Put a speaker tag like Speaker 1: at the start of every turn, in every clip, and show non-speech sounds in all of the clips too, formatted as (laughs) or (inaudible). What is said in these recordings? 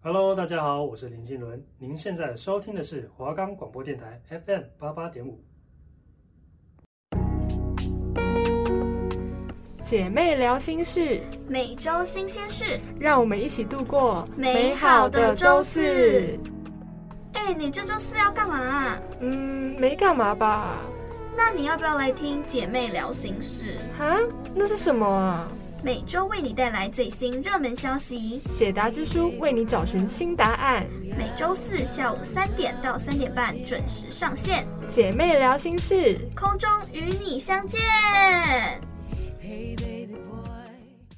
Speaker 1: Hello，大家好，我是林静伦。您现在收听的是华冈广播电台 FM 八八点五。
Speaker 2: 姐妹聊心事，
Speaker 3: 每周新鲜事，
Speaker 2: 让我们一起度过
Speaker 3: 美好的周四。哎，你这周四要干嘛、啊？
Speaker 2: 嗯，没干嘛吧？
Speaker 3: 那你要不要来听姐妹聊心事？
Speaker 2: 啊，那是什么啊？
Speaker 3: 每周为你带来最新热门消息，
Speaker 2: 解答之书为你找寻新答案。
Speaker 3: 每周四下午三点到三点半准时上线，
Speaker 2: 姐妹聊心事，
Speaker 3: 空中与你相见。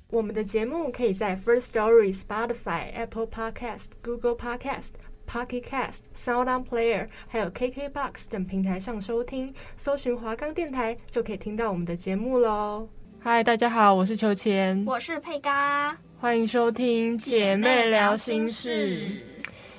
Speaker 2: 我们的节目可以在 First Story、Spotify、Apple Podcast、Google Podcast、Pocket Cast、Sound On Player，还有 KKBox 等平台上收听，搜寻华冈电台就可以听到我们的节目喽。嗨，大家好，我是秋千，
Speaker 3: 我是佩嘎，
Speaker 2: 欢迎收听姐妹聊心事。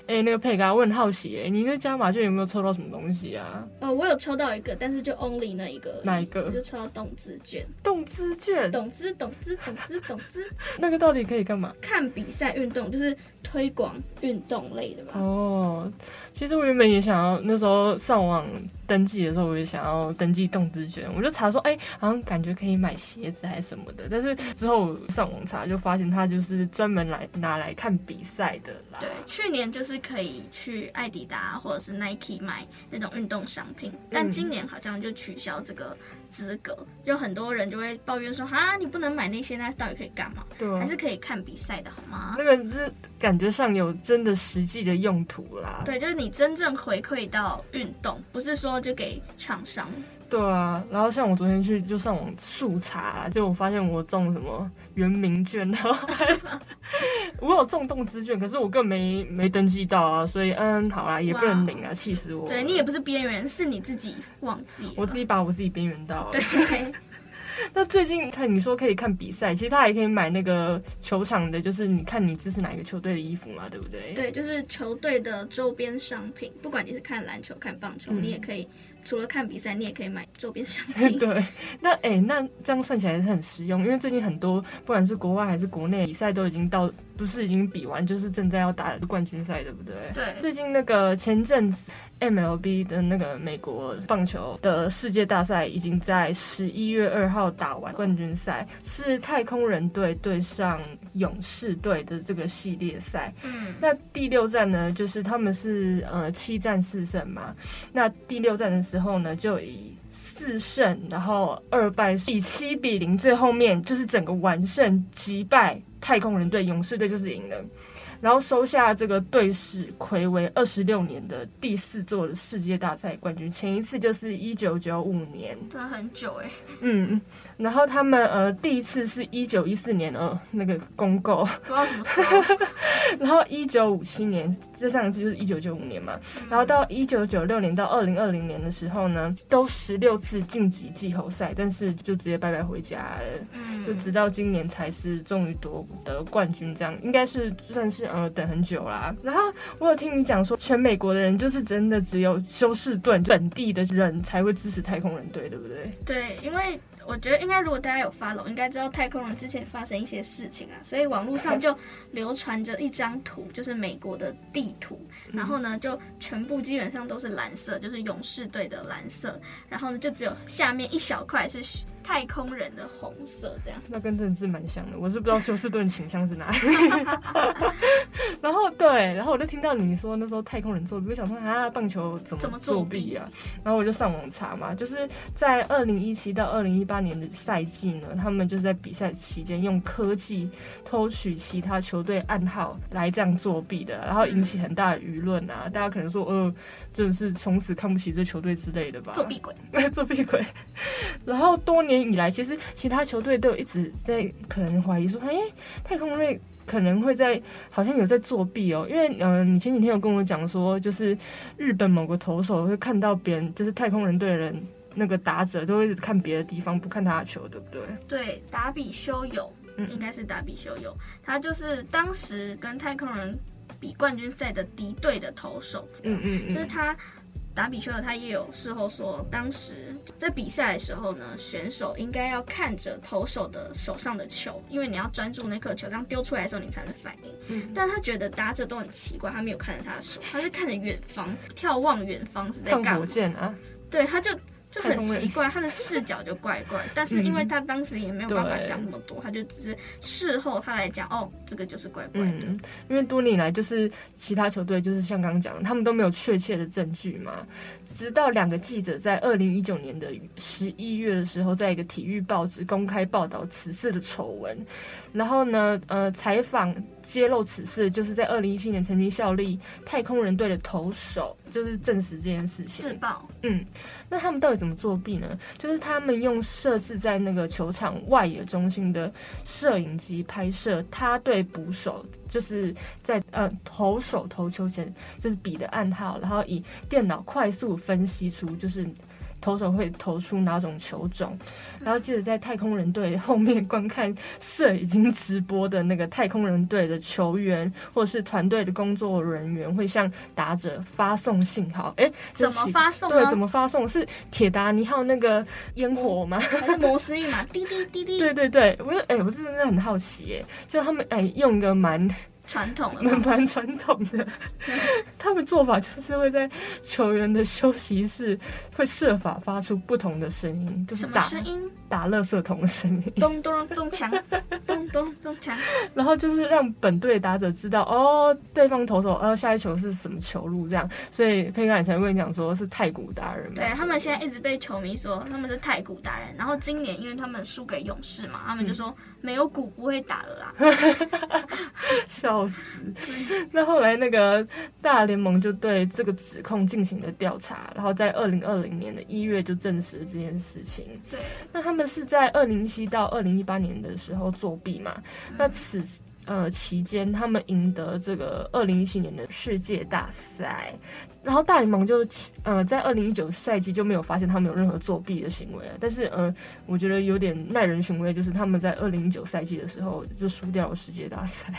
Speaker 2: 哎、那个佩嘎，我很好奇、哎，你在加码券有没有抽到什么东西啊？
Speaker 3: 呃，我有抽到一个，但是就 only 那一个，
Speaker 2: 哪一个
Speaker 3: 我就抽到动资券，
Speaker 2: 动资券，
Speaker 3: 懂资懂资懂资懂资，
Speaker 2: 那个到底可以干嘛？
Speaker 3: 看比赛运动就是推广运动类的吧。
Speaker 2: 哦，其实我原本也想要，那时候上网登记的时候，我也想要登记动资券，我就查说，哎、好像感觉可以买鞋子还是什么的，但是之后上网查就发现它就是专门来拿来看比赛的啦。
Speaker 3: 对，去年就是可以去艾迪达或者是 Nike 买那种运动商品，
Speaker 2: 嗯
Speaker 3: 但今年好像就取消这个资格，就很多人就会抱怨说：“哈，你不能买那些，那到底可以干嘛？
Speaker 2: 对啊
Speaker 3: 还是可以看比赛的好吗
Speaker 2: 那个是感觉上有真的实际的用途啦？”。
Speaker 3: 对，就是你真正回馈到运动，不是说就给厂商。
Speaker 2: 对啊，然后像我昨天去就上网速查啦，就我发现我中什么原名券，然后 (laughs) 还我有中动资券，可是我更没没登记到啊，所以嗯，好啦，也不能领啊，气死我了。
Speaker 3: 对你也不是边缘，是你自己忘记了。
Speaker 2: 我自己哎把我自己边缘到了。 (laughs)
Speaker 3: 对，
Speaker 2: 那最近看你说可以看比赛，其实他还可以买那个球场的，就是你看你支持哪一个球队的衣服嘛，对不对？。
Speaker 3: 对，就是球队的周边商品，不管你是看篮球、看棒球，
Speaker 2: 嗯
Speaker 3: 你也可以除了看比赛，你也可以买周边商 (laughs) 品。
Speaker 2: (laughs) 对，那哎、那这样算起来是很实用，因为最近很多不管是国外还是国内比赛都已经到，不是已经比完，就是正在要打冠军赛，对不对？
Speaker 3: 对
Speaker 2: 最近那个前阵子 MLB 的那个美国棒球的世界大赛已经在十一月二号打完冠军赛，是太空人队对上勇士队的这个系列赛。
Speaker 3: 嗯，
Speaker 2: 那第六站呢，就是他们是呃七战四胜嘛。那第六站的时候呢，就以四胜然后二败，以七比零，最后面就是整个完胜击败太空人队，勇士队就是赢了。然后收下这个队史魁为二十六年的第四座的世界大赛冠军，前一次就是一九九五年。
Speaker 3: 真的很久哎、
Speaker 2: 嗯，然后他们呃第一次是一九一四年呃那个公购，
Speaker 3: 不知道什么时
Speaker 2: (laughs)
Speaker 3: 候。
Speaker 2: 然后一九五七年，这上一次就是一九九五年嘛，
Speaker 3: 嗯
Speaker 2: 然后到一九九六年到二零二零年的时候呢，都十六次晋级季后赛，但是就直接拜拜回家了。
Speaker 3: 嗯
Speaker 2: 就直到今年才是终于夺得冠军，这样应该是算是呃等很久啦。然后我有听你讲说，全美国的人就是真的只有休斯顿本地的人才会支持太空人队，对不对？
Speaker 3: 对，因为我觉得应该，如果大家有 follow，应该知道太空人之前发生一些事情啊，所以网络
Speaker 2: (laughs)
Speaker 3: 上就流传着一张图，就是美国的地图，
Speaker 2: 嗯
Speaker 3: 然后呢，就全部基本上都是蓝色，就是勇士队的蓝色，然后呢，就只有下面一小块是太空人的红色，这样。
Speaker 2: 那跟政治蛮像的，我是不知道休斯顿倾向是哪里。 (laughs) 然后对，然后我就听到你说那时候太空人作弊，我想说啊，棒球怎
Speaker 3: 怎
Speaker 2: 么
Speaker 3: 么
Speaker 2: 作
Speaker 3: 作
Speaker 2: 弊
Speaker 3: 弊
Speaker 2: 啊？然后我就上网查嘛，就是在二零一七到二零一八年的赛季呢，他们就在比赛期间用科技偷取其他球队暗号来这样作弊的，然后引起很大的舆论啊，大家可能说呃，真的是从此看不起这球队之类的吧？
Speaker 3: 作弊鬼，
Speaker 2: (laughs) 作弊鬼。然后多年以来，其实其他球队都有一直在可能怀疑说，哎、太空队可能会在好像有在作弊哦，因为嗯、呃你前几天有跟我讲说，就是日本某个投手会看到别人，就是太空人队的人。那个打者都会一直看别的地方，不看他的球，对不对？
Speaker 3: 对，达比修友，
Speaker 2: 嗯
Speaker 3: 应该是达比修友，他就是当时跟太空人比冠军赛的敌对的投手，
Speaker 2: 嗯嗯
Speaker 3: 就是
Speaker 2: 嗯，
Speaker 3: 他达比修德他也有事后说，当时在比赛的时候呢，选手应该要看着投手的手上的球，因为你要专注那颗球，这样丢出来的时候你才能反应。
Speaker 2: 嗯
Speaker 3: 但他觉得打者都很奇怪，他没有看着他的手，他是看着远方，眺望远方是在
Speaker 2: 看
Speaker 3: 干
Speaker 2: 火
Speaker 3: 嘛？
Speaker 2: 箭啊，
Speaker 3: 对，他就就
Speaker 2: 太
Speaker 3: 很
Speaker 2: 空人
Speaker 3: 奇怪，他的视角就怪怪。但是
Speaker 2: 嗯
Speaker 3: 因为他当时也没有办法想那么多，他就只是事后他来讲，哦，这个就是怪怪的。
Speaker 2: 嗯，因为多年以来就是其他球队就是像刚刚讲的，他们都没有确切的证据嘛。直到两个记者在二零一九年的十一月的时候，在一个体育报纸公开报道此事的丑闻，然后呢，呃，采访揭露此事，就是在二零一七年曾经效力太空人队的投手，就是证实这件事情
Speaker 3: 自。爆，
Speaker 2: 嗯，那他们到底怎么作弊呢？就是他们用设置在那个球场外野中心的摄影机拍摄他对捕手，就是在呃投手投球前就是比的暗号，然后以电脑快速分析出就是。投手会投出哪种球种，然后接着在太空人队后面观看摄已经直播的那个太空人队的球员或是团队的工作人员会向打者发送信号。哎，这
Speaker 3: 怎么
Speaker 2: 奇
Speaker 3: 发送啊
Speaker 2: 对，
Speaker 3: 呢
Speaker 2: 怎？么发送？是铁达尼号那个烟火吗？
Speaker 3: 还是摩斯密码？滴滴滴
Speaker 2: (laughs)
Speaker 3: 滴，
Speaker 2: 对对对，我就哎、我是真的很好奇耶，就他们哎、用一个蛮 (laughs)
Speaker 3: 传统的
Speaker 2: 蛮
Speaker 3: 嘛。
Speaker 2: 蛮传统的，
Speaker 3: (laughs)
Speaker 2: 他们做法就是会在球员的休息室会设法发出不同的声音，就是
Speaker 3: 什么
Speaker 2: 打
Speaker 3: 声音？
Speaker 2: 打垃圾桶的声音， (laughs)
Speaker 3: 咚咚咚锵，咚咚咚锵。
Speaker 2: 然后就是让本队打者知道哦，对方投手呃下一球是什么球路这样，所以佩哥你才会跟你讲说是太古达人嘛，
Speaker 3: 对他们现在一直被球迷说他们是太古达人，然后今年因为他们输给勇士嘛，他们
Speaker 2: 嗯
Speaker 3: 就说没有鼓不会打了啦。
Speaker 2: (laughs) 笑死！那后来那个大联盟就对这个指控进行了调查，然后在二零二零年的一月就证实了这件事情。
Speaker 3: 对，
Speaker 2: 那他们是在二零一七到二零一八年的时候作弊嘛？那此呃期间，他们赢得这个二零一七年的世界大赛，然后大联盟就呃在二零一九赛季就没有发现他们有任何作弊的行为了。但是呃，我觉得有点耐人寻味，就是他们在二零一九赛季的时候就输掉了世界大赛。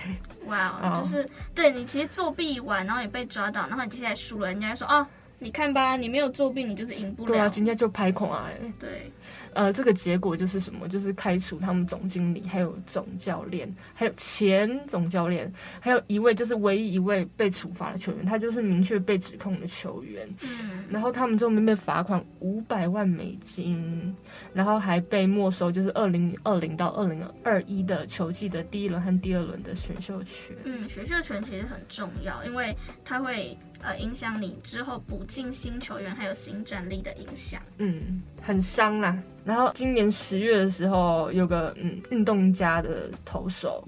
Speaker 3: 哇、
Speaker 2: 哦
Speaker 3: 就是对你其实作弊完，然后你被抓到，然后你接下来输了，人家就说哦，你看吧，你没有作弊，你就是赢不
Speaker 2: 对啊，
Speaker 3: 了。
Speaker 2: 今天就拍孔啊、欸
Speaker 3: 对，
Speaker 2: 呃，这个结果就是什么？就是开除他们总经理，还有总教练，还有前总教练，还有一位就是唯一一位被处罚的球员，他就是明确被指控的球员。
Speaker 3: 嗯，
Speaker 2: 然后他们就被罚款五百万美金，然后还被没收就是二零二零到二零二一的球季的第一轮和第二轮的选秀权。
Speaker 3: 嗯，选秀权其实很重要，因为它会呃影响你之后补进新球员还有新战力的影响。
Speaker 2: 嗯，很伤啦。然后今年十月的时候，有个嗯运动家的投手，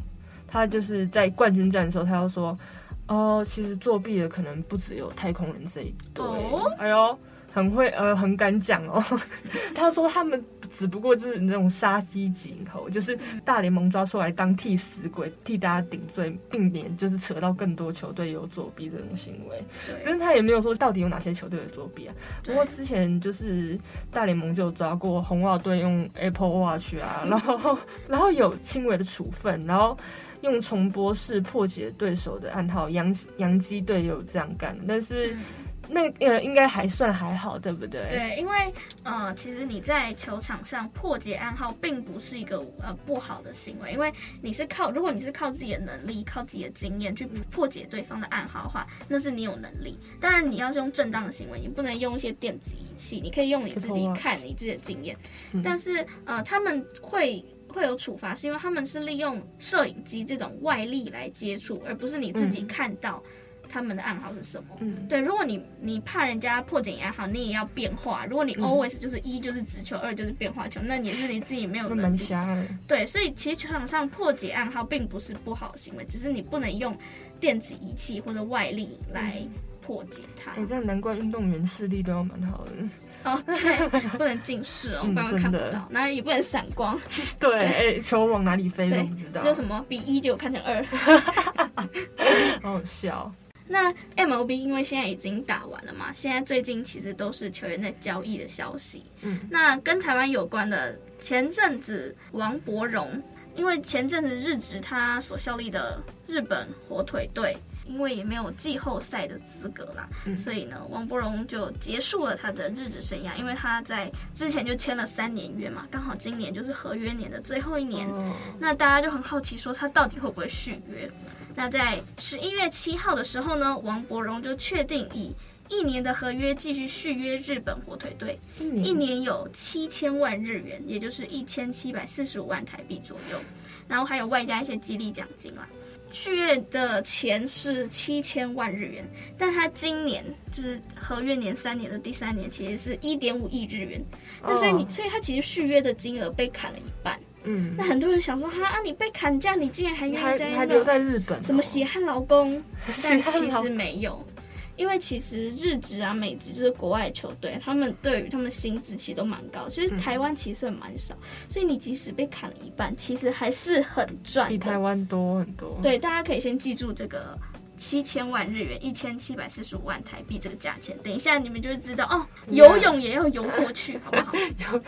Speaker 2: 他就是在冠军战的时候，他就说，哦，其实作弊的可能不只有太空人这一队。
Speaker 3: 哦
Speaker 2: 哎呦，很会呃，很敢讲哦。他说他们只不过就是那种杀鸡儆猴，就是大联盟抓出来当替死鬼，替大家顶罪，避免就是扯到更多球队有作弊这种行为。但
Speaker 3: 对，
Speaker 2: 是他也没有说到底有哪些球队有作弊啊。不
Speaker 3: 对
Speaker 2: 过之前就是大联盟就有抓过红袜队用 Apple Watch 啊，然
Speaker 3: (laughs)
Speaker 2: 后然后有轻微的处分，然后用重播式破解对手的暗号，洋洋基队也有这样干，但是
Speaker 3: 嗯
Speaker 2: 那呃应该还算还好，对不对？
Speaker 3: 对，因为呃，其实你在球场上破解暗号，并不是一个呃不好的行为，因为你是靠，如果你是靠自己的能力、靠自己的经验去破解对方的暗号的话，那是你有能力。当然，你要是用正当的行为，你不能用一些电子仪器，你可以用你自
Speaker 2: Apple
Speaker 3: 己
Speaker 2: Watch
Speaker 3: 看你自己的经验
Speaker 2: 嗯。
Speaker 3: 但是呃，他们会。会有处罚，是因为他们是利用摄影机这种外力来接触，而不是你自己
Speaker 2: 嗯
Speaker 3: 看到他们的暗号是什么。
Speaker 2: 嗯，
Speaker 3: 对，如果你你怕人家破解你暗号，你也要变化。如果你
Speaker 2: 嗯
Speaker 3: always 就是一就是直球，二就是变化球，那也是你自己没有
Speaker 2: 那
Speaker 3: 能
Speaker 2: 蛮
Speaker 3: 力。
Speaker 2: 瞎的。
Speaker 3: 对，所以其实球场上破解暗号并不是不好的行为，只是你不能用电子仪器或者外力来破解它
Speaker 2: 哎、。这样难怪运动员视力都要蛮好的。 (laughs)
Speaker 3: 哦， (laughs) 对，不能近视哦，
Speaker 2: 嗯
Speaker 3: 不然会看不
Speaker 2: 真的
Speaker 3: 到。然后也不能散光，
Speaker 2: 对，哎、球往哪里飞都
Speaker 3: 对
Speaker 2: 不知道，
Speaker 3: 就什么比一就看成二。
Speaker 2: 好好笑。
Speaker 3: 那 MLB 因为现在已经打完了嘛，现在最近其实都是球员在交易的消息。
Speaker 2: 嗯，
Speaker 3: 那跟台湾有关的，前阵子王伯荣，因为前阵子日职他所效力的日本火腿队。因为也没有季后赛的资格啦，
Speaker 2: 嗯
Speaker 3: 所以呢，王柏荣就结束了他的日职生涯，因为他在之前就签了三年约嘛，刚好今年就是合约年的最后一年，
Speaker 2: 哦
Speaker 3: 那大家就很好奇说他到底会不会续约。那在十一月七号的时候呢，王柏荣就确定以一年的合约继续续约日本火腿队，
Speaker 2: 一
Speaker 3: 一
Speaker 2: 年
Speaker 3: 年有七千万日元，也就是一千七百四十五万台币左右，然后还有外加一些激励奖金啦。续约的钱是七千万日元，但他今年就是合约年三年的第三年，其实是一点五亿日元。那所以你，
Speaker 2: 哦
Speaker 3: 所以他其实续约的金额被砍了一半。
Speaker 2: 嗯
Speaker 3: 那，很多人想说，哈啊，你被砍价，你竟然还愿
Speaker 2: 你还
Speaker 3: 意在
Speaker 2: 你
Speaker 3: 那
Speaker 2: 还留在日本哦？
Speaker 3: 什么血汗
Speaker 2: (laughs)
Speaker 3: 劳工？但
Speaker 2: 血汗
Speaker 3: 其
Speaker 2: 劳
Speaker 3: 实没有，因为其实日职啊、美职就是国外球队，他们对于他们薪资其实都蛮高，其
Speaker 2: 嗯
Speaker 3: 实台湾其实也蛮少，所以你即使被砍了一半，其实还是很赚的。
Speaker 2: 比台湾多很多？，
Speaker 3: (laughs) 对，大家可以先记住这个七千万日元，一千七百四十五万台币这个价钱。等一下你们就会知道哦，
Speaker 2: 怎样
Speaker 3: 游泳也要游过去，好
Speaker 2: (laughs)
Speaker 3: 不好？
Speaker 2: 就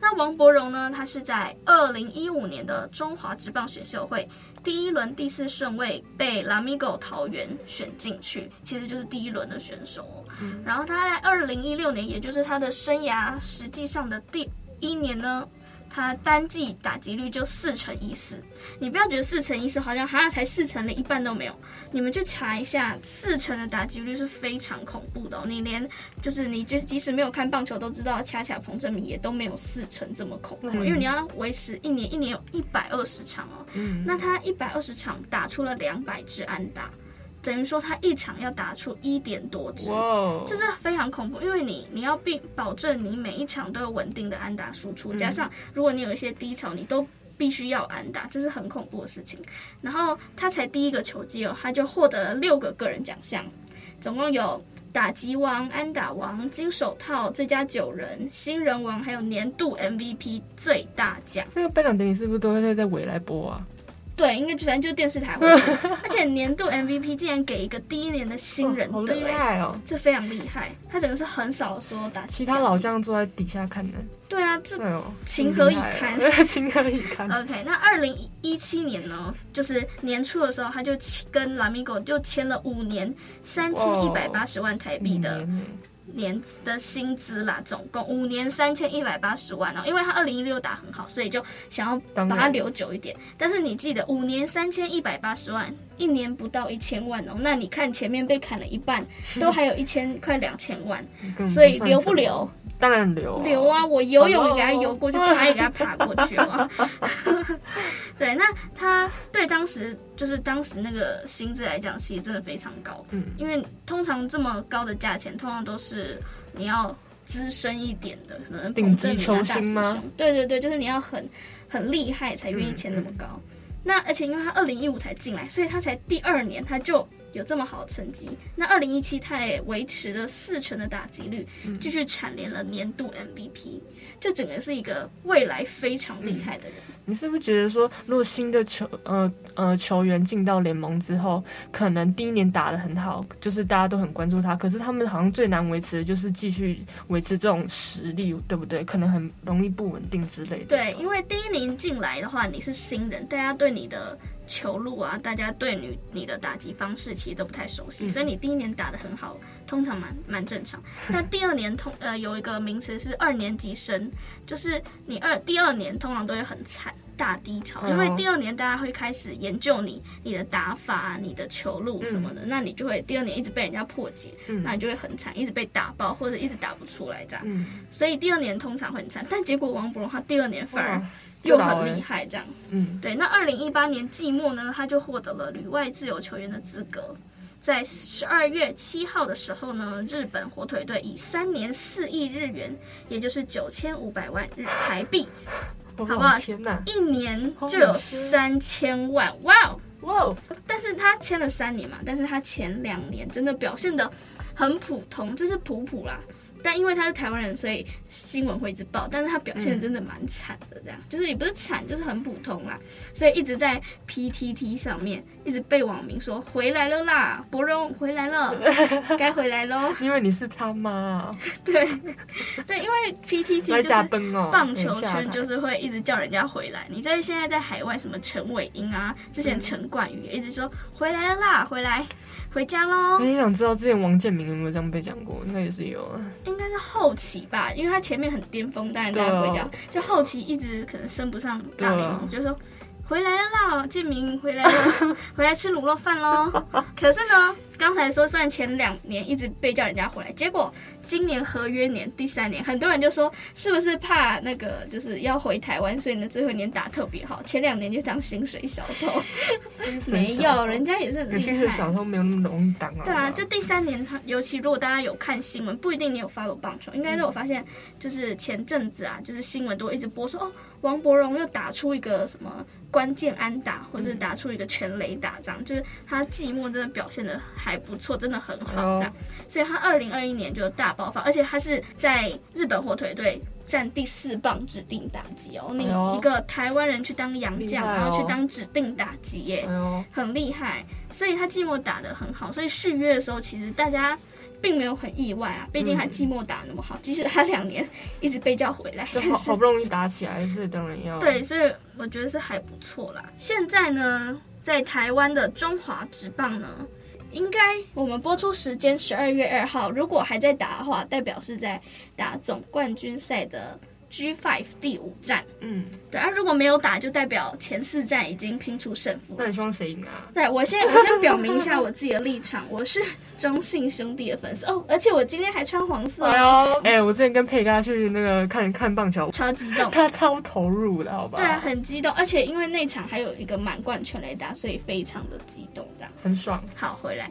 Speaker 3: 那王伯荣呢？他是在二零一五年的中华职棒选秀会第一轮第四顺位被 Lamigo 桃园选进去，其实就是第一轮的选手、哦。然后他在二零一六年，也就是他的生涯实际上的第一年呢，他单季打击率就四乘一四。你不要觉得四乘一四好像哈才四成，连一半都没有。你们去查一下，四成的打击率是非常恐怖的哦、你连就是你就是即使没有看棒球都知道，恰恰彭正明也都没有四成这么恐怖，
Speaker 2: 嗯
Speaker 3: 因为你要维持一年，一年有一百二十场哦。
Speaker 2: 嗯，
Speaker 3: 那他一百二十场打出了两百支安打，等于说他一场要打出一点多支。
Speaker 2: 哇哦，
Speaker 3: 这是非常恐怖，因为你你要并保证你每一场都有稳定的安打输出，
Speaker 2: 嗯
Speaker 3: 加上如果你有一些低潮，你都必须要安打，这是很恐怖的事情。然后他才第一个球季哦，他就获得了六个个人奖项，总共有打击王、安打王、金手套、最佳九人、新人王，还有年度 MVP 最大奖。
Speaker 2: 那个贝朗德你是不是都会在未来播啊？
Speaker 3: 对，应该就反正就是电视台会有，
Speaker 2: (laughs)
Speaker 3: 而且年度 MVP 竟然给一个第一年的新人
Speaker 2: 哦好
Speaker 3: 得、
Speaker 2: 厉
Speaker 3: 哎
Speaker 2: 害哦！
Speaker 3: 这非常厉害，他真的是很少说打击
Speaker 2: 其他
Speaker 3: 奖
Speaker 2: 老将坐在底下看呢，
Speaker 3: 对啊，这
Speaker 2: 对哦，
Speaker 3: 情何以堪
Speaker 2: 很厉
Speaker 3: 呃
Speaker 2: 害哦， (laughs) 情何以堪。
Speaker 3: OK，那二零一七年呢，就是年初的时候，他就签跟 Lamigo 就签了五年三千一百八十万台币的
Speaker 2: 五年耶
Speaker 3: 年的薪资啦，总共五年三千一百八十万哦。因为他二零一六打很好，所以就想要
Speaker 2: 当
Speaker 3: 把它
Speaker 2: 然
Speaker 3: 留久一点。但是你记得，五年三千一百八十万，一年不到一千万哦。那你看前面被砍了一半，都还有一千快两千万，
Speaker 2: 根本
Speaker 3: 所以
Speaker 2: 嗯算
Speaker 3: 留
Speaker 2: 什
Speaker 3: 不
Speaker 2: 么
Speaker 3: 留？？
Speaker 2: 当然留啊，
Speaker 3: 流啊，我游泳也给他
Speaker 2: Hello
Speaker 3: 游过去，爬也给他爬过
Speaker 2: (laughs)
Speaker 3: 去啊。对，那他对当时就是当时那个薪资来讲，其实真的非常高。
Speaker 2: 嗯
Speaker 3: 因为通常这么高的价钱，通常都是你要资深一点的，可能
Speaker 2: 顶
Speaker 3: 彭
Speaker 2: 级
Speaker 3: 正明啊、
Speaker 2: 球
Speaker 3: 大师
Speaker 2: 星吗
Speaker 3: 兄，对对对，就是你要很很厉害才愿意签那么高。那而且因为他二零一五才进来，所以他才第二年他就有这么好的成绩。那二零一七他也维持了四成的打击率，继续蝉联了年度 MVP，就整个是一个未来非常厉害的人。
Speaker 2: 你是不是觉得说，如果新的球呃呃球员进到联盟之后，可能第一年打得很好，就是大家都很关注他，可是他们好像最难维持的就是继续维持这种实力，对不对？可能很容易不稳定之类的。
Speaker 3: 对，因为第一年进来的话，你是新人，大家对你的球路啊，大家对你你的打击方式其实都不太熟悉，
Speaker 2: 嗯
Speaker 3: 所以你第一年打得很好，通常蛮蛮正常。但第二年通呃有一个名词是二年级生，就是你二第二年通常都会很惨。大低潮，
Speaker 2: 哦
Speaker 3: 因为第二年大家会开始研究你、你的打法、你的球路什么的，那你就会第二年一直被人家破解，
Speaker 2: 嗯
Speaker 3: 那你就会很惨，一直被打爆或者一直打不出来这样。
Speaker 2: 嗯，
Speaker 3: 所以第二年通常会很惨，但结果王柏荣他第二年反而
Speaker 2: 哇
Speaker 3: 就
Speaker 2: 老
Speaker 3: 很
Speaker 2: 欸
Speaker 3: 厉害，这样。
Speaker 2: 嗯，
Speaker 3: 对，那二零一八年季末呢，他就获得了旅外自由球员的资格。在十二月七号的时候呢，日本火腿队以三年四亿日元，也就是九千五百万日台币，
Speaker 2: 好
Speaker 3: 好不好
Speaker 2: 天哪，
Speaker 3: 一年就有
Speaker 2: Oh my
Speaker 3: 三千万，哇哦！
Speaker 2: 哇哦，
Speaker 3: 但是他签了三年嘛，但是他前两年真的表现的很普通，就是普普啦。但因为他是台湾人，所以新闻会一直报，但是他表现得真的蛮惨的，这样、就是也不是惨，就是很普通啦，所以一直在 PTT 上面一直被网民说回来了啦，博荣回来了，该回来喽。
Speaker 2: 因为你是他
Speaker 3: (laughs)
Speaker 2: 妈，啊
Speaker 3: 对对，因为 PTT 就
Speaker 2: 来加
Speaker 3: 是
Speaker 2: 崩哦，
Speaker 3: 棒球
Speaker 2: 你下
Speaker 3: 圈
Speaker 2: 台
Speaker 3: 就是会一直叫人家回来。你在现在在海外什么陈伟英啊，之前陈冠宇也一直说回来了啦，回来回家喽。
Speaker 2: 那你想知道之前王建民有没有这样被讲过？应该也是有啊。
Speaker 3: 应该是后期吧，因为他前面很巅峰，当然大家不会这样。
Speaker 2: 啊
Speaker 3: 就后期一直可能升不上大联盟，就说回来了啦，建明回来
Speaker 2: (laughs)
Speaker 3: 了，回来吃卤肉饭喽。可是呢，刚才说虽然前两年一直被叫人家回来，结果今年合约年第三年，很多人就说是不是怕那个就是要回台湾，所以呢最后一年打特别好，前两年就当薪水小偷，没有，人家也是很
Speaker 2: 有薪水
Speaker 3: 厉害
Speaker 2: 小。偷没有那么容易当啊。
Speaker 3: 对啊，就第三年，他尤其如果大家有看新闻，不一定你有 follow 棒球，应该都有发现，就是前阵子啊，就是新闻都会一直播说，哦，王伯荣又打出一个什么关键安打，或者是打出一个全垒
Speaker 2: 嗯
Speaker 3: 打这样，就是他季末真的表现的还不错，真的很好这
Speaker 2: 哦
Speaker 3: 样，所以他二零二一年就大爆发，而且他是在日本火腿队。占第四棒指定打击哦，你
Speaker 2: 哎呦
Speaker 3: 一个台湾人去当洋将，
Speaker 2: 厉害哦
Speaker 3: 然后去当指定打击耶，
Speaker 2: 哎呦，
Speaker 3: 很厉害，所以他季末打得很好，所以续约的时候其实大家并没有很意外啊，毕竟他季末打得那么好，即使他两年一直被叫回来，
Speaker 2: 就
Speaker 3: 但
Speaker 2: 好
Speaker 3: 是
Speaker 2: 好不容易打起来，所以当然要
Speaker 3: 对，所以我觉得是还不错啦。现在呢，在台湾的中华职棒呢，应该我们播出时间十二月二号，如果还在打的话，代表是在打总冠军赛的 G5 第五战。
Speaker 2: 嗯，
Speaker 3: 对啊，如果没有打，就代表前四战已经拼出胜负了
Speaker 2: 那。你希望谁赢啊？
Speaker 3: 对我先我先表明一下我自己的立场，我是中信兄弟的粉丝哦，而且我今天还穿黄色，
Speaker 2: 哎呦，哎、我之前跟佩嘉去那个看看棒球，
Speaker 3: 超激动。
Speaker 2: 他超投入的，好吧？
Speaker 3: 对啊，很激动，而且因为那场还有一个满贯全垒打，所以非常的激动。这样，
Speaker 2: 很爽。
Speaker 3: 好，回来。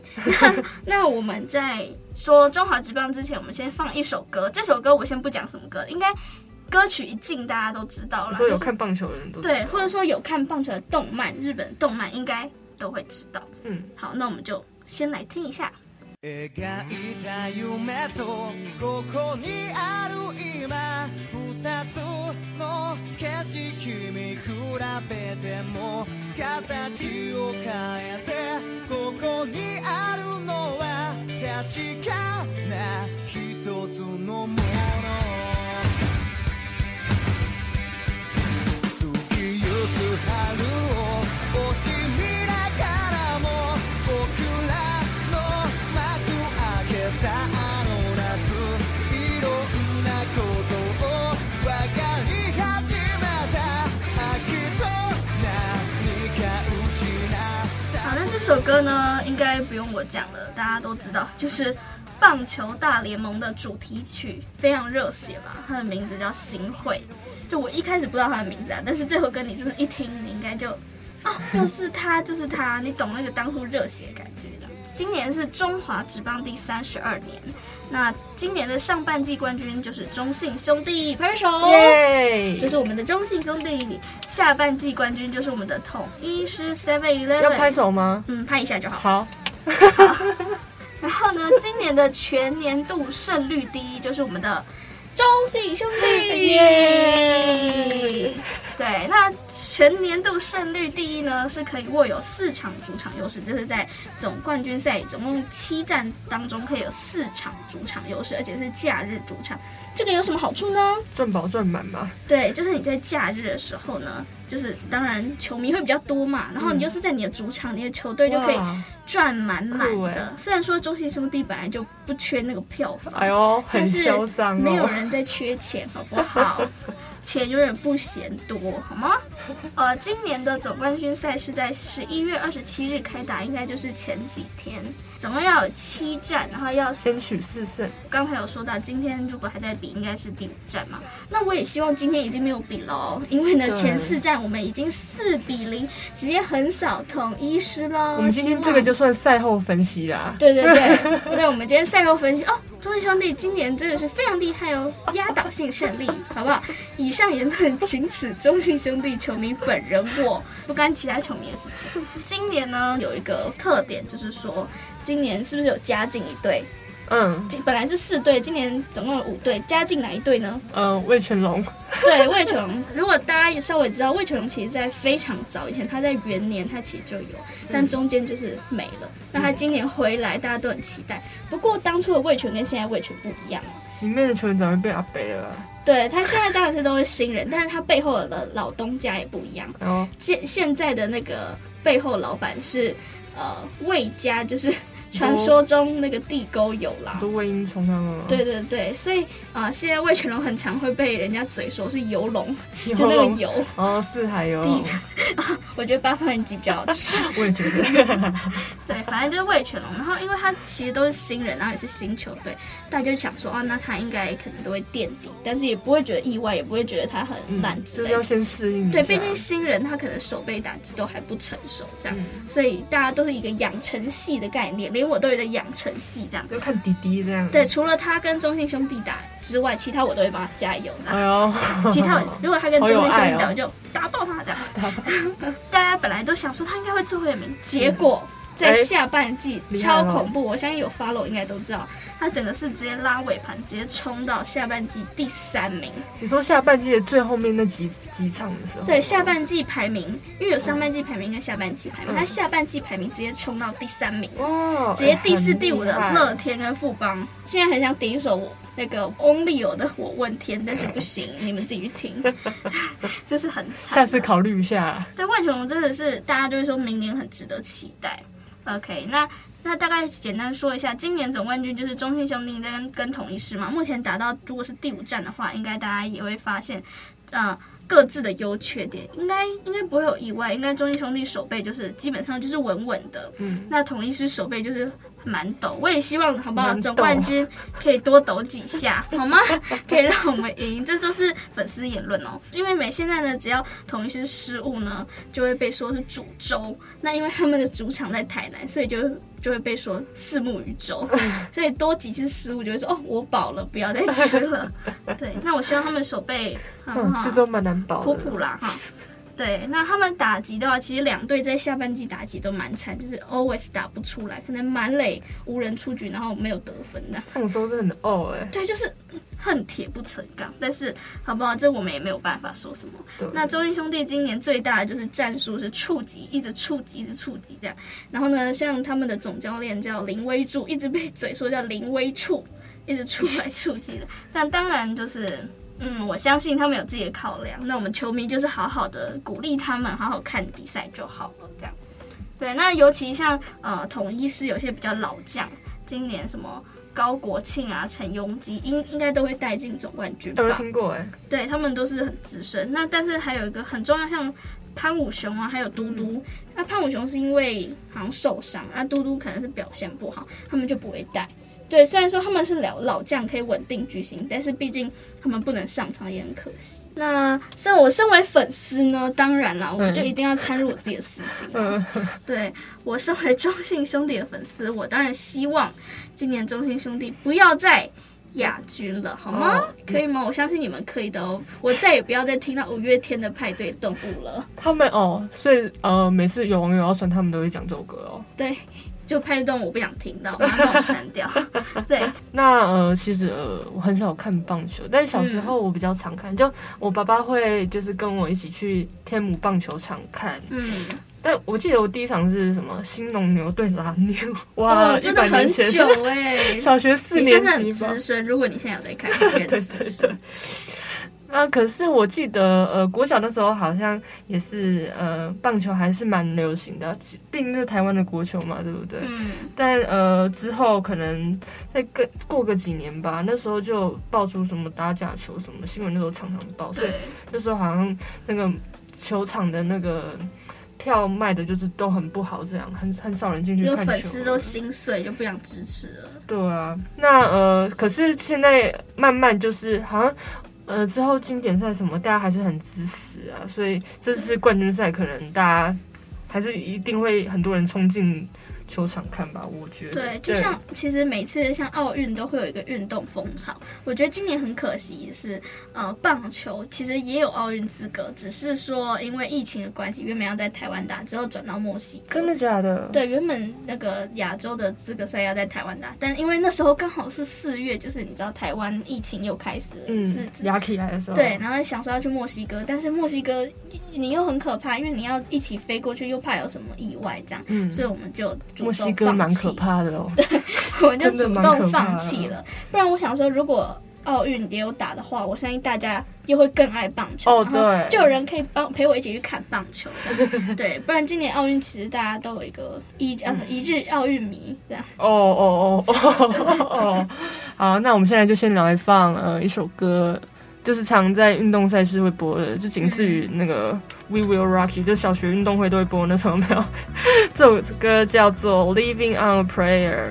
Speaker 3: 那那我们在说中华职棒之前，我们先放一首歌。这首歌我先不讲什么歌，应该歌曲一进大家都知道
Speaker 2: 你
Speaker 3: 了，
Speaker 2: 说有
Speaker 3: 就是
Speaker 2: 看棒球的人都知道
Speaker 3: 对，或者说有看棒球的动漫，日本动漫应该都会知道。
Speaker 2: 嗯，
Speaker 3: 好，那我们就先来听一下。
Speaker 4: 描いた夢とここにある今二つの景色見比べても形を変えてここにあるのは確かな一つのもの過ぎゆく春を惜しみながらも僕らの幕開けたあの夏いろんなことを分かり始めた秋と何か失った
Speaker 3: 好，那这首歌呢，应该不用我讲了，大家都知道，就是棒球大联盟的主题曲，非常热血吧。它的名字叫《行贿》，就我一开始不知道它的名字啊，但是这首歌你真的，一听你应该就，哦，就是它，就是它，你懂那个当初热血的感觉的。今年是中华职棒第三十二年，那今年的上半季冠军就是中信兄弟，拍拍手。
Speaker 2: 耶、
Speaker 3: 就是我们的中信兄弟，下半季冠军就是我们的统一狮 Seven
Speaker 2: 要拍
Speaker 3: Eleven，
Speaker 2: 手吗？
Speaker 3: 嗯，拍一下就好。
Speaker 2: 好，
Speaker 3: 然后呢，今年的全年度胜率第一就是我们的中信兄 (laughs) 弟。
Speaker 2: 耶
Speaker 3: 对，那全年度胜率第一呢，是可以握有四场主场优势，这是在总冠军赛总共七战当中可以有四场主场优势，而且是假日主场。这个有什么好处呢？
Speaker 2: 赚饱赚满嘛。
Speaker 3: 对，就是你在假日的时候呢，就是当然球迷会比较多嘛，然后你又是在你的主场，你的球队就可以
Speaker 2: 哇
Speaker 3: 赚满满
Speaker 2: 酷
Speaker 3: 的
Speaker 2: 欸。
Speaker 3: 虽然说中信兄弟本来就不缺那个票房，
Speaker 2: 哎呦，很
Speaker 3: 但是
Speaker 2: 嚣张
Speaker 3: 没有
Speaker 2: 哦。
Speaker 3: 人在缺钱，好不
Speaker 2: (laughs)
Speaker 3: 好？钱永远不嫌多，好吗？呃，今年的总冠军赛是在十一月二十七日开打，应该就是前几天，总共要有七战，然后要
Speaker 2: 先取四胜，
Speaker 3: 刚才有说到，今天如果还在比，应该是第五战嘛。那我也希望今天已经没有比了哦，因为呢
Speaker 2: 对
Speaker 3: 前四战我们已经四比零，直接横扫统一师喽。
Speaker 2: 我们今天
Speaker 3: 哦希
Speaker 2: 这
Speaker 3: 望
Speaker 2: 个就算赛后分析啦。
Speaker 3: 对对对， (laughs) 那我们今天赛后分析哦，中信兄弟今年真的是非常厉害哦，压倒性胜利，好不好？以上言论仅此中信兄弟球迷本人我，不干其他球迷的事情。今年呢有一个特点，就是说今年是不是有加进一队
Speaker 2: 嗯
Speaker 3: 今本来是四队，今年总共有五队，加进哪一队呢？
Speaker 2: 呃，魏全龙，
Speaker 3: 对，魏全龙。如果大家也稍微知道，魏全龙其实在非常早以前，他在元年他其实就有，但中间就是没了。那他今年回来，大家都很期待。不过当初的魏全跟现在魏全不一样哦，
Speaker 2: 里面的球员早就变阿北了啊，
Speaker 3: 对他现在当然是都是新人，但是他背后的老东家也不一样。
Speaker 2: 然后
Speaker 3: 现现在的那个背后老板是呃魏家，就是 (laughs) 传说中那个地沟油啦。
Speaker 2: 是魏英冲他们吗？
Speaker 3: 啊对对对，所以啊、呃现在魏全龙很常会被人家嘴说是游龙，
Speaker 2: 游
Speaker 3: 就那个
Speaker 2: 龙，
Speaker 3: 油。
Speaker 2: 哦，四海游龙，
Speaker 3: 我觉得八方人鸡比较好吃。
Speaker 2: (laughs) 我也觉得，
Speaker 3: (laughs) 对，反正就是魏全龙。然后因为他其实都是新人，然后也是新球队，大家就想说，哦，那他应该可能都会垫底，但是也不会觉得意外，也不会觉得他很烂
Speaker 2: 嗯，
Speaker 3: 之
Speaker 2: 就
Speaker 3: 类
Speaker 2: 是
Speaker 3: 的。
Speaker 2: 要先适应一
Speaker 3: 对，
Speaker 2: 下
Speaker 3: 毕竟新人他可能手背打击都还不成熟，这样，
Speaker 2: 嗯
Speaker 3: 所以大家都是一个养成系的概念，连我都有点养成系这样。
Speaker 2: 就看弟弟这样，
Speaker 3: 对，，除了他跟中信兄弟打之外，其他我都会帮他加油啦。
Speaker 2: 哎呦，
Speaker 3: (laughs) 其
Speaker 2: (laughs)
Speaker 3: 他人如果他跟中信兄弟
Speaker 2: 好有爱
Speaker 3: 打，
Speaker 2: 哦
Speaker 3: 我就打爆他这
Speaker 2: (laughs)
Speaker 3: 样。大家本来都想说他应该会最后一名，结果在下半季
Speaker 2: 嗯哎
Speaker 3: 超恐怖，我相信有 follow 应该都知道，他整个是直接拉尾盘，直接冲到下半季第三名。
Speaker 2: 你说下半季的最后面那几几场的时候，
Speaker 3: 对，下半季排名，因为有上半季排名跟下半季排名，
Speaker 2: 嗯
Speaker 3: 他下半季排名直接冲到第三名。
Speaker 2: 哇，
Speaker 3: 直接第四、第五的
Speaker 2: 哎
Speaker 3: 乐，天跟富邦，现在很想点一首我那个 Only 有的《我问天》，但是不行，
Speaker 2: (laughs)
Speaker 3: 你们自己去听，就是很惨。
Speaker 2: 下次考虑一下，
Speaker 3: 对，万琼真的是大家就会说明年很值得期待。OK，那那大概简单说一下，今年总冠军就是中信兄弟跟跟统一狮嘛，目前打到如果是第五站的话，应该大家也会发现，呃。各自的优缺点，应该应该不会有意外。应该中信兄弟手背就是基本上就是稳稳的，
Speaker 2: 嗯，
Speaker 3: 那统一狮手背就是蛮抖，我也希望好不好
Speaker 2: 蛮抖
Speaker 3: 总冠军可以多抖几下，好吗？ (laughs) 可以让我们赢，这都是粉丝言论哦。因为每现在呢，只要统一狮失误呢，就会被说是主州。那因为他们的主场在台南，所以就就会被说四目鱼州，所以多几次失误就会说哦，我饱了，不要再吃了。对，那我希望他们手背很
Speaker 2: 嗯，
Speaker 3: 好
Speaker 2: 四。周蛮难保
Speaker 3: 普
Speaker 2: 的，
Speaker 3: 普啦哈。对，那他们打击的话，其实两队在下半季打击都蛮惨，就是 always 打不出来，可能满垒无人出局，然后没有得分的。
Speaker 2: 这种时候真的很哦哎，
Speaker 3: 对，就是恨铁不成钢。但是好不好，这我们也没有办法说什么。
Speaker 2: 对，
Speaker 3: 那中信兄弟今年最大的就是战术是触及，一直触及，一直触及这样。然后呢，像他们的总教练叫林威柱，一直被嘴说叫林威处，一直出来触及的。但当然就是，嗯，我相信他们有自己的考量。那我们球迷就是好好的鼓励他们，好好看比赛就好了，这样。对，那尤其像呃统一师有些比较老将，今年什么高国庆啊、陈庸基，应应该都会带进总冠军
Speaker 2: 有没有
Speaker 3: 吧？
Speaker 2: 听过哎？
Speaker 3: 对他们都是很资深。那但是还有一个很重要，像潘武雄啊，还有嘟嘟。那潘武雄是因为好像受伤，那嘟嘟可能是表现不好，他们就不会带。对，虽然说他们是老老将，可以稳定居心，但是毕竟他们不能上场，也很可惜。那身我身为粉丝呢，当然啦，我就一定要掺入我自己的私心。
Speaker 2: 嗯，
Speaker 3: 对我身为中信兄弟的粉丝，我当然希望今年中信兄弟不要再亚军了，好吗？
Speaker 2: 哦
Speaker 3: 可以吗？我相信你们可以的哦。我再也不要再听到五月天的派对动物了。
Speaker 2: 他们哦，所以呃，每次有网友要酸他们，都会讲这首歌哦。
Speaker 3: 对，就派对动物我不想听到，马上把我删
Speaker 2: (laughs)
Speaker 3: 掉。对，
Speaker 2: 那呃，其实呃，我很少看棒球，但小
Speaker 3: 嗯
Speaker 2: 时候我比较常看，就我爸爸会就是跟我一起去天母棒球场看。
Speaker 3: 嗯，
Speaker 2: 但我记得我第一场是什么新农牛对拉
Speaker 3: (laughs)
Speaker 2: 牛，哇，
Speaker 3: 哦，
Speaker 2: 一
Speaker 3: 真的
Speaker 2: 百
Speaker 3: 很
Speaker 2: 年前，
Speaker 3: 久
Speaker 2: (laughs)
Speaker 3: 哎、
Speaker 2: 小学四
Speaker 3: 你
Speaker 2: 年
Speaker 3: 真的很
Speaker 2: 级吧
Speaker 3: 资。深，如果你现在有在看，你也
Speaker 2: 对
Speaker 3: 很
Speaker 2: 对
Speaker 3: 资
Speaker 2: 对
Speaker 3: 深。。
Speaker 2: 那可是我记得，呃，国小那时候好像也是，呃，棒球还是蛮流行的，毕竟是台湾的国球嘛，对不对？
Speaker 3: 嗯，
Speaker 2: 但呃，之后可能再跟过个几年吧，那时候就爆出什么打假球什么新闻，那时候常常爆。所以
Speaker 3: 对，
Speaker 2: 那时候好像那个球场的那个票卖的就是都很不好，这样很很少人进去
Speaker 3: 有
Speaker 2: 看球。
Speaker 3: 粉丝都心碎，就不想支持了。
Speaker 2: 对啊，那呃，可是现在慢慢就是好像。呃，之后经典赛什么，大家还是很支持啊，所以这次冠军赛可能大家还是一定会很多人冲进球场看吧，我觉得。
Speaker 3: 对，就像其实每次像奥运都会有一个运动风潮，我觉得今年很可惜是，呃，棒球其实也有奥运资格，只是说因为疫情的关系，原本要在台湾打，之后转到墨西哥。
Speaker 2: 真的假的？，
Speaker 3: 对，原本那个亚洲的资格赛要在台湾打，但因为那时候刚好是四月，就是你知道台湾疫情又开始了，日
Speaker 2: 嗯，
Speaker 3: 子
Speaker 2: 牙起来的时候，
Speaker 3: 对，，然后想说要去墨西哥，但是墨西哥你又很可怕，因为你要一起飞过去，又怕有什么意外这样，
Speaker 2: 嗯
Speaker 3: 所以我们就主
Speaker 2: 墨西
Speaker 3: 动
Speaker 2: 哥
Speaker 3: 放
Speaker 2: 蛮
Speaker 3: 弃
Speaker 2: 可，怕的哦。
Speaker 3: 我们就
Speaker 2: 真的
Speaker 3: 主
Speaker 2: 蛮可
Speaker 3: 动
Speaker 2: 怕
Speaker 3: 放
Speaker 2: 的嗯
Speaker 3: 弃了。不然我想说，如果奥运也有打的话，我相信大家又会更爱棒球，
Speaker 2: 哦
Speaker 3: 然后
Speaker 2: 对
Speaker 3: 就有人可以帮陪我一起去看棒球这样 (laughs) 对，不然今年奥运其实大家都有一个一呃一
Speaker 2: 嗯
Speaker 3: 日奥运迷这样。
Speaker 2: 哦哦哦哦哦，好，那我们现在就先来放呃一首歌，就是常在运动赛事会播的，就仅次于那个 We Will Rock You，就小学运动会都会播那首有没有？这首歌叫做 Living on a Prayer。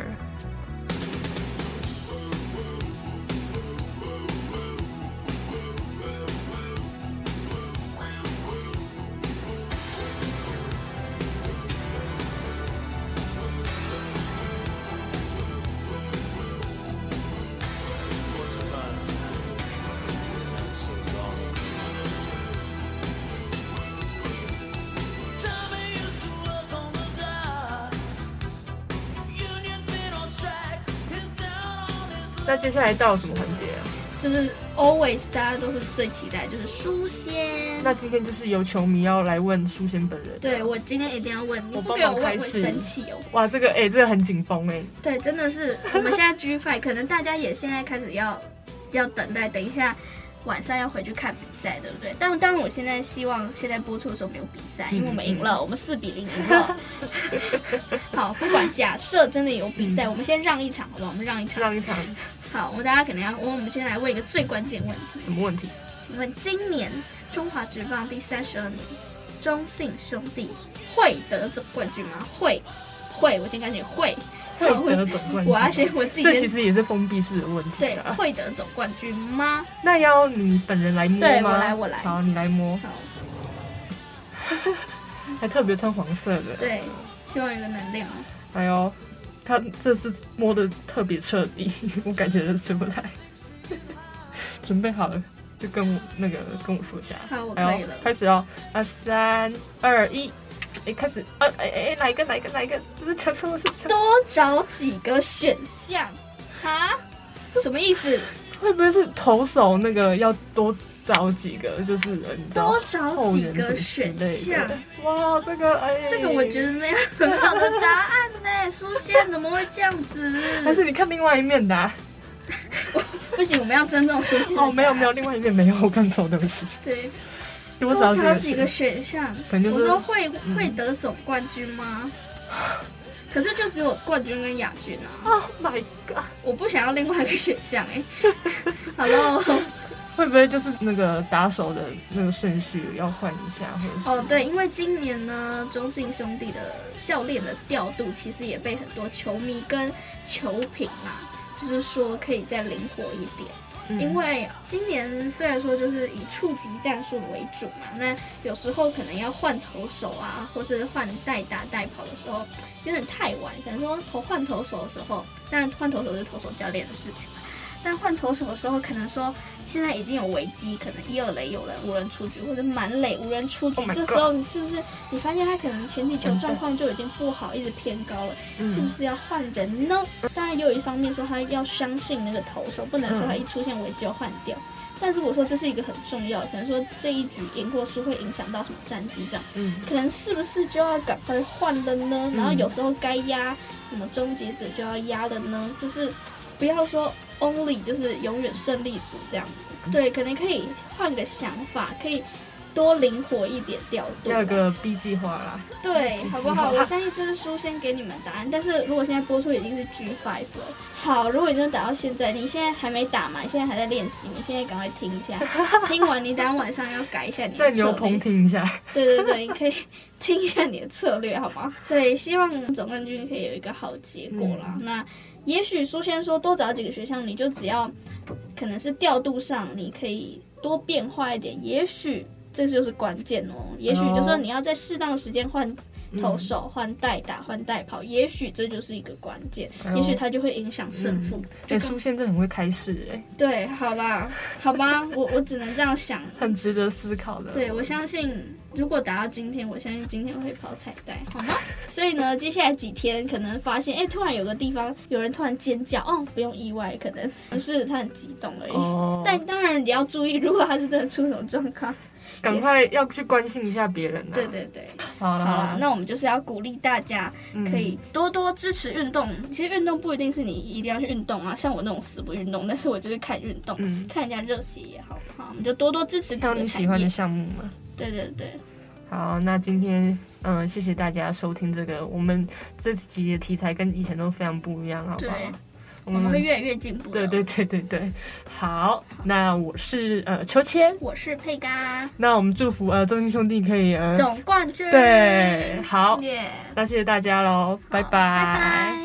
Speaker 2: 那接下来到什么环节啊？
Speaker 3: 就是 always 大家都是最期待，就是书仙。
Speaker 2: 那今天就是由球迷要来问苏贤本人。
Speaker 3: 对我今天一定要问，你
Speaker 2: 我
Speaker 3: 不
Speaker 2: 帮
Speaker 3: 给我
Speaker 2: 忙
Speaker 3: 问
Speaker 2: 开
Speaker 3: 会
Speaker 2: 始
Speaker 3: 生气哦。
Speaker 2: 哇，这个哎、这个很紧绷哎。
Speaker 3: 对，真的是我们现在 G Five，可能大家也现在开始要要等待，等一下晚上要回去看比赛，对不对？但当然，我现在希望现在播出的时候没有比赛，
Speaker 2: 嗯
Speaker 3: 因为我们赢了，我们四比零
Speaker 2: (laughs)
Speaker 3: 赢了。好，不管假设真的有比赛，我们先让一场，好吧？我们让一场。
Speaker 2: 上一场
Speaker 3: 好，我们大家可能要，我们先来问一个最关键问题：
Speaker 2: 什么问题？
Speaker 3: 请问今年中华职棒第三十二年，中信兄弟会得总冠军吗？会，会，我先赶紧会。
Speaker 2: 会得总冠军吗？(laughs)
Speaker 3: (laughs) 我要啊先我自己
Speaker 2: 这
Speaker 3: 先
Speaker 2: 其实也是封闭式的问题
Speaker 3: 对，
Speaker 2: 啊。
Speaker 3: 会得总冠军吗？
Speaker 2: 那要你本人来摸吗？
Speaker 3: 对我来我来
Speaker 2: 好，你来摸，
Speaker 3: 好，
Speaker 2: 还特别穿黄色的。，
Speaker 3: 对，希望有个能量。啊
Speaker 2: 哎呦，他这次摸的特别彻底， (laughs) 我感觉得出来。 (laughs) 准备好了，就跟我那个跟我说一下。
Speaker 3: 好，我
Speaker 2: 哎
Speaker 3: 可以
Speaker 2: 呦
Speaker 3: 了，。
Speaker 2: 开始哦，啊，三二一，哎，开始，啊，哎哎哎，哪一个哪一个哪一个？这是讲什么？是讲
Speaker 3: 多找几个选项啊？什么
Speaker 2: (laughs)
Speaker 3: 意思？
Speaker 2: 会不会是投手那个要多找几个？就是呃你知道
Speaker 3: 多找
Speaker 2: 后
Speaker 3: 几
Speaker 2: 援什
Speaker 3: 个
Speaker 2: 么之
Speaker 3: 选
Speaker 2: 类
Speaker 3: 项
Speaker 2: 的？哇，这个哎，
Speaker 3: 这个我觉得没有很好的答案
Speaker 2: (laughs)
Speaker 3: 呢。苏仙怎么会这样子？
Speaker 2: 还是你看另外一面的、啊。
Speaker 3: 不行，我们要尊重苏
Speaker 2: (laughs)
Speaker 3: 仙。
Speaker 2: 哦，没有没有，。另外一面没有，我看错，对不起。
Speaker 3: 对，
Speaker 2: 多
Speaker 3: 多
Speaker 2: 找
Speaker 3: 找
Speaker 2: 几
Speaker 3: 几
Speaker 2: 个
Speaker 3: 个
Speaker 2: 选
Speaker 3: 选项。
Speaker 2: 可能就
Speaker 3: 我
Speaker 2: 是嗯
Speaker 3: 说会会得总冠军
Speaker 2: (laughs)
Speaker 3: 吗？可是就只有冠军跟亚军啊。
Speaker 2: Oh my god！
Speaker 3: 我不想要另外一个选项哎、 (laughs) 好喽，
Speaker 2: (laughs) 会不会就是那个打手的那个顺序要换一下，或者是？
Speaker 3: 哦，对，因为今年呢，中信兄弟的教练的调度其实也被很多球迷跟球评啊，就是说可以再灵活一点。
Speaker 2: 嗯
Speaker 3: 因为今年虽然说就是以触及战术为主嘛，那有时候可能要换投手啊，或是换代打代跑的时候，有点太晚。可能说投换投手的时候，当然换投手是投手教练的事情，但换投手的时候，可能说现在已经有危机，可能一二垒有人无人出局，或者满垒无人出局
Speaker 2: Oh my
Speaker 3: 这时候你是不是你发现他可能前几球状况就已经不好，一直偏高了，
Speaker 2: 嗯
Speaker 3: 是不是要换人呢？当然，也有一方面说他要相信那个投手，不能说他一出现危机就换掉。但如果说这是一个很重要的，可能说这一局赢或输会影响到什么战绩这样。
Speaker 2: 嗯
Speaker 3: 可能是不是就要赶快换了呢？然后有时候该压什么终结者就要压了呢？就是不要说 only 就是永远胜利组这样子。对，可能可以换个想法，可以多灵活一点调度
Speaker 2: 要
Speaker 3: 啊。
Speaker 2: 有个 B 计划啦。
Speaker 3: 对，好不好？
Speaker 2: 计划
Speaker 3: 我相信这是书先给你们答案，但是如果现在播出已经是 G five 了。好，如果你真的打到现在，你现在还没打嘛？你现在还在练习，你现在赶快
Speaker 2: (laughs)
Speaker 3: 听一下，听完你等下晚上要改一下你的
Speaker 2: 在
Speaker 3: 策
Speaker 2: 牛
Speaker 3: 略
Speaker 2: 棚听一下。
Speaker 3: 对对对，你可以听一下你的策略，好吗？ (laughs) 对，希望总冠军可以有一个好结果啦。那也许苏先说多找几个学校，你就只要可能是调度上，你可以多哦变化一点。也许这就是关键哦。也许就说你要在适当的时间换投手换代打换代跑，也许这就是一个关键，
Speaker 2: 哎呦
Speaker 3: 也许它就会影响胜负。
Speaker 2: 哎，
Speaker 3: 就
Speaker 2: 苏宪真的很会开市，哎，
Speaker 3: 对，好啦，好吧，我我只能这样想。
Speaker 2: 很值得思考的。
Speaker 3: 对，我相信如果打到今天，我相信今天我会跑彩带，好吗？ (laughs) 所以呢，接下来几天可能发现，哎、突然有个地方有人突然尖叫，哦，不用意外，可能不是他很激动而已。
Speaker 2: 哦，
Speaker 3: 但当然也要注意，如果他是真的出什么状
Speaker 2: (laughs)
Speaker 3: 况，
Speaker 2: 赶快要去关心一下别人啊。
Speaker 3: 对，对对，
Speaker 2: 好嗯
Speaker 3: 好
Speaker 2: 了
Speaker 3: 啦，
Speaker 2: 了，
Speaker 3: 那我们就是要鼓励大家可以多多支持运动。其实运动不一定是你一定要去运动啊，像我那种死不运动，但是我就是看运动，
Speaker 2: 嗯
Speaker 3: 看人家热血也好，好，我们就多多支持各
Speaker 2: 挑
Speaker 3: 个
Speaker 2: 你
Speaker 3: 产
Speaker 2: 喜欢的
Speaker 3: 业。
Speaker 2: 项目嘛。
Speaker 3: 对对对，
Speaker 2: 好，那今天嗯、呃谢谢大家收听这个，我们这集的题材跟以前都非常不一样，好不好
Speaker 3: 对？
Speaker 2: 我
Speaker 3: 我们会越来越进步的。
Speaker 2: 嗯对对对对对，好，那我是呃秋千，
Speaker 3: 我是佩嘎，
Speaker 2: 那我们祝福呃中心兄弟可以呃
Speaker 3: 总冠军。
Speaker 2: 对好，
Speaker 3: 耶，
Speaker 2: 那谢谢大家喽，拜
Speaker 3: 拜拜。